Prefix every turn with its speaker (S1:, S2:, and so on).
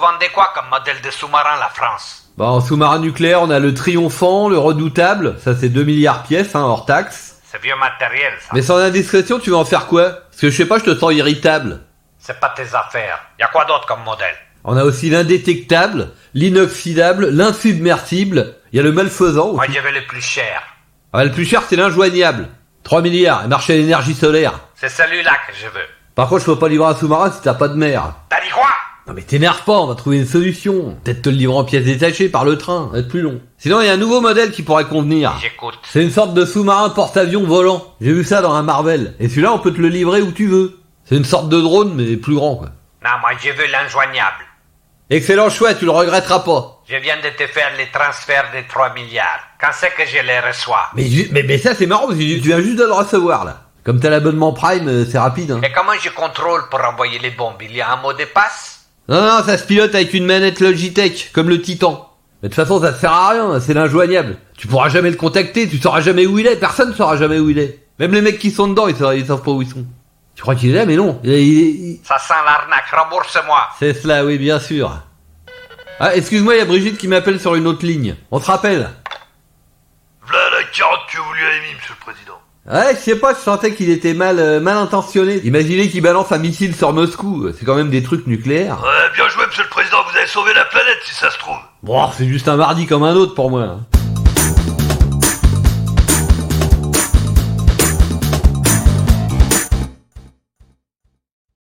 S1: vendez quoi comme modèle de sous-marin, la France
S2: Bah, en sous-marin nucléaire, on a le Triomphant, le Redoutable, ça c'est 2 milliards pièces, hein, hors taxe.
S1: C'est vieux matériel, ça.
S2: Mais sans indiscrétion, tu vas en faire quoi Parce que je sais pas, je te sens irritable.
S1: C'est pas tes affaires. Y a quoi d'autre comme modèle
S2: On a aussi l'indétectable, l'inoxydable, l'insubmersible, il y a le malfaisant.
S1: Moi,
S2: aussi.
S1: j'avais le plus cher.
S2: Ah, le plus cher, c'est l'injoignable. 3 milliards, le marché à l'énergie solaire.
S1: C'est celui-là que je veux.
S2: Par contre, je peux pas livrer un sous-marin si t'as pas de mer.
S1: T'as dit quoi
S2: Non mais t'énerve pas, on va trouver une solution. Peut-être te le livrer en pièces détachées par le train, ça va être plus long. Sinon, il y a un nouveau modèle qui pourrait convenir.
S1: J'écoute.
S2: C'est une sorte de sous-marin porte-avions volant. J'ai vu ça dans un Marvel. Et celui-là, on peut te le livrer où tu veux. C'est une sorte de drone, mais plus grand, quoi.
S1: Non, moi, je veux l'injoignable.
S2: Excellent choix, tu le regretteras pas.
S1: Je viens de te faire les transferts des 3 milliards. Quand c'est que je les reçois
S2: Mais, ju- mais, mais ça, c'est marrant, parce que tu viens juste de le recevoir, là. Comme t'as l'abonnement Prime, euh, c'est rapide, hein.
S1: Et comment je contrôle pour envoyer les bombes Il y a un mot de passe
S2: Non, non, ça se pilote avec une manette Logitech, comme le Titan. Mais de toute façon, ça te sert à rien, c'est l'injoignable. Tu pourras jamais le contacter, tu sauras jamais où il est, personne ne saura jamais où il est. Même les mecs qui sont dedans, ils savent, ils savent pas où ils sont. Tu crois qu'il est là, mais non. Il- il- il-
S1: Ça sent l'arnaque, rembourse-moi.
S2: C'est cela, oui, bien sûr. Ah, excuse-moi, il y a Brigitte qui m'appelle sur une autre ligne. On te rappelle
S3: V'là la carotte que vous lui avez mis, monsieur le président.
S2: Ouais, je sais pas, je sentais qu'il était mal, euh, mal intentionné. Imaginez qu'il balance un missile sur Moscou, c'est quand même des trucs nucléaires.
S3: Eh Ouais, bien joué, monsieur le président, vous avez sauvé la planète si ça se trouve.
S2: Bon, c'est juste un mardi comme un autre pour moi. hein.